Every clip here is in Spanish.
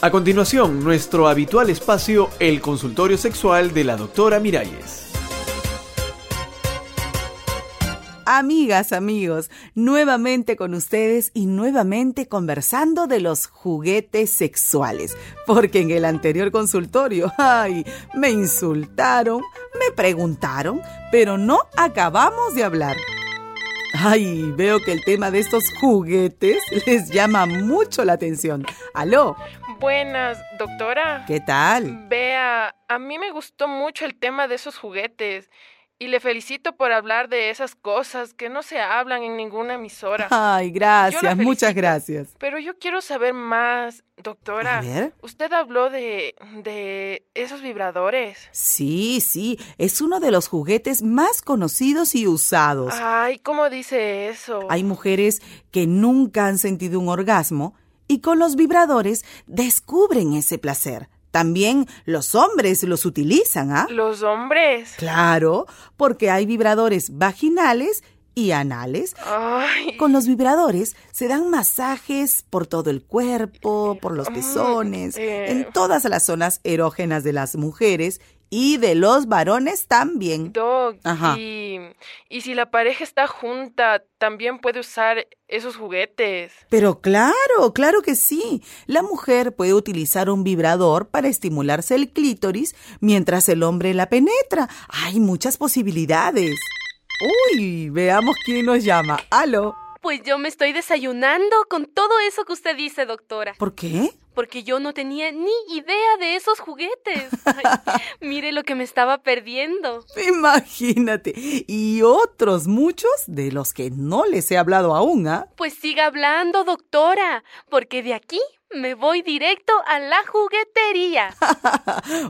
A continuación, nuestro habitual espacio, el consultorio sexual de la doctora Miralles. Amigas, amigos, nuevamente con ustedes y nuevamente conversando de los juguetes sexuales, porque en el anterior consultorio, ay, me insultaron, me preguntaron, pero no acabamos de hablar. Ay, veo que el tema de estos juguetes les llama mucho la atención. Aló, Buenas, doctora. ¿qué tal? Vea, a mí me gustó mucho el tema de esos juguetes y le felicito por hablar de esas cosas que no se hablan en ninguna emisora. Ay, Yo gracias, la muchas felicito. gracias. Pero yo quiero saber más, A doctora. ver. Usted habló de de esos vibradores. Sí, sí, es uno de los juguetes más conocidos y usados. Ay, ¿cómo dice eso? Hay mujeres que nunca han sentido un orgasmo y con los vibradores descubren ese placer. También los hombres los utilizan, ¿ah? Los hombres. Claro, porque hay vibradores vaginales y anales. Ay. Con los vibradores se dan masajes por todo el cuerpo, por los Mm, pezones, eh. en todas las zonas erógenas de las mujeres y de los varones también. Doc, Ajá. Y, y si la pareja está junta, también puede usar esos juguetes. Pero claro, claro que sí. La mujer puede utilizar un vibrador para estimularse el clítoris mientras el hombre la penetra. Hay muchas posibilidades. Uy, veamos quién nos llama. Aló. Pues yo me estoy desayunando con todo eso que usted dice, doctora, ¿Por qué? porque yo no tenía ni idea de esos juguetes. Ay, mire lo que me estaba perdiendo. Imagínate. Y otros muchos de los que no les he hablado aún, ¿ah? Pues siga hablando, doctora, porque de aquí me voy directo a la juguetería.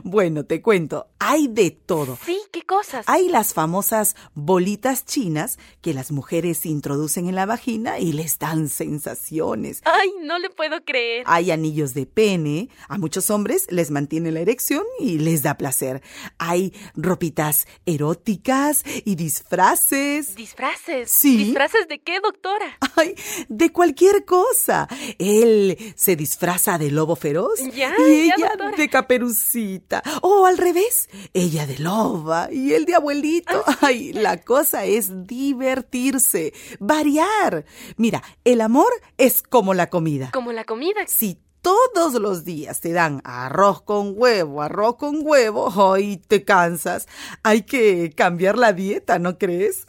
Bueno, te cuento, hay de todo. Sí, qué cosas. Hay las famosas bolitas chinas que las mujeres introducen en la vagina y les dan sensaciones. Ay, no le puedo creer. Hay anillos de pene, a muchos hombres les mantiene la erección y les da placer. Hay ropitas eróticas y disfraces. Disfraces. Sí. ¿Disfraces de qué, doctora? Ay, de cualquier cosa. Él se disfraza de lobo feroz Ya, y ya, ella doctora. de caperucita. O al revés, ella de loba y él de abuelito. Ah, Ay, la cosa es divertirse, variar. Mira, el amor es como la comida. Como la comida. Si todos los días te dan arroz con huevo, arroz con huevo, hoy te cansas. Hay que cambiar la dieta, ¿no crees?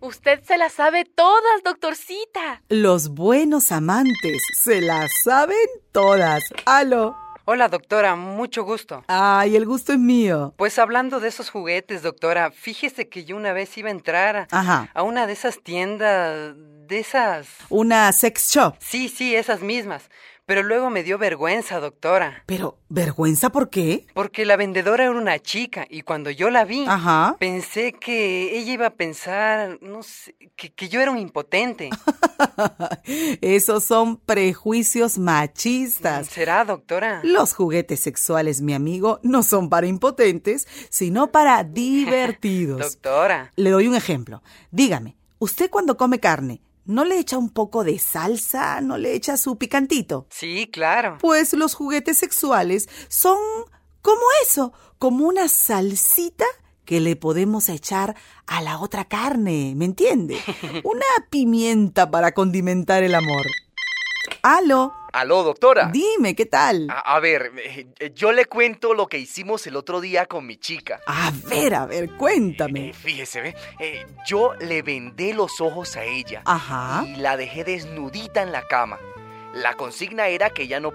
Usted se las sabe todas, doctorcita. Los buenos amantes se las saben todas. ¡Aló! Hola doctora, mucho gusto. ¡Ay, el gusto es mío! Pues hablando de esos juguetes, doctora, fíjese que yo una vez iba a entrar a- Ajá. a una de esas tiendas, de esas... Una sex shop. Sí, sí, esas mismas. Pero luego me dio vergüenza, doctora, Pero, ¿vergüenza por qué? porque la vendedora era una chica y cuando yo la vi, Ajá. pensé que ella iba a pensar, no sé, que, que yo era un impotente. Esos son prejuicios machistas. ¿Será, doctora? Los juguetes sexuales, mi amigo, no son para impotentes, sino para divertidos. Doctora. Le doy un ejemplo. Dígame, ¿usted cuando come carne, no le echa un poco de salsa? ¿No le echa su picantito? Sí, claro. Pues los juguetes sexuales son como eso, como una salsita que le podemos echar a la otra carne, ¿me entiende? Una pimienta para condimentar el amor. Aló, Aló, doctora. dime, ¿qué tal? A, a ver, eh, eh, yo le cuento lo que hicimos el otro día con mi chica. A ver, a ver, Eh, cuéntame. fíjese, ¿ve? Eh, yo le vendé los ojos a ella Ajá. y la dejé desnudita en la cama. La consigna era que ella no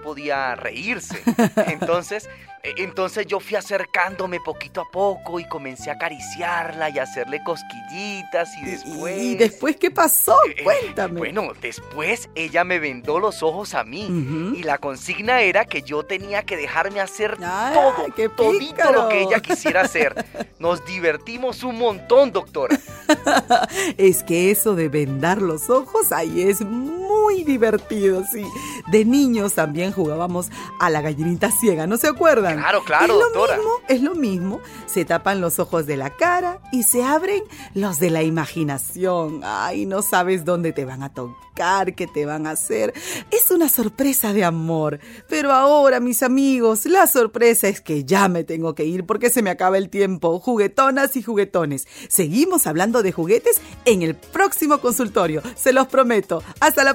podía reírse. Entonces, eh, entonces yo fui acercándome poquito a poco y comencé a acariciarla y a hacerle cosquillitas y ¿Y- después... ¿Y después qué pasó? Eh, Cuéntame. Bueno, después ella me vendó los ojos a mí. Ujú. Y la consigna era que yo tenía que dejarme hacer Ah, todo, qué todito pícaro. lo que ella quisiera hacer. Nos divertimos un montón, doctora. Es que eso de vendar los ojos ahí es muy divertido, sí. De niños también jugábamos a la gallinita ciega, ¿no se acuerdan? Claro, claro, es lo doctora. Mismo, es lo mismo. Se tapan los ojos de la cara y se abren los de la imaginación. Ay, no sabes dónde te van a tocar, qué te van a hacer. Es una sorpresa de amor. Pero ahora, mis amigos, la sorpresa es que ya me tengo que ir porque se me acaba el tiempo. Juguetonas y juguetones. Seguimos hablando de juguetes en el próximo consultorio. Se los prometo. Hasta la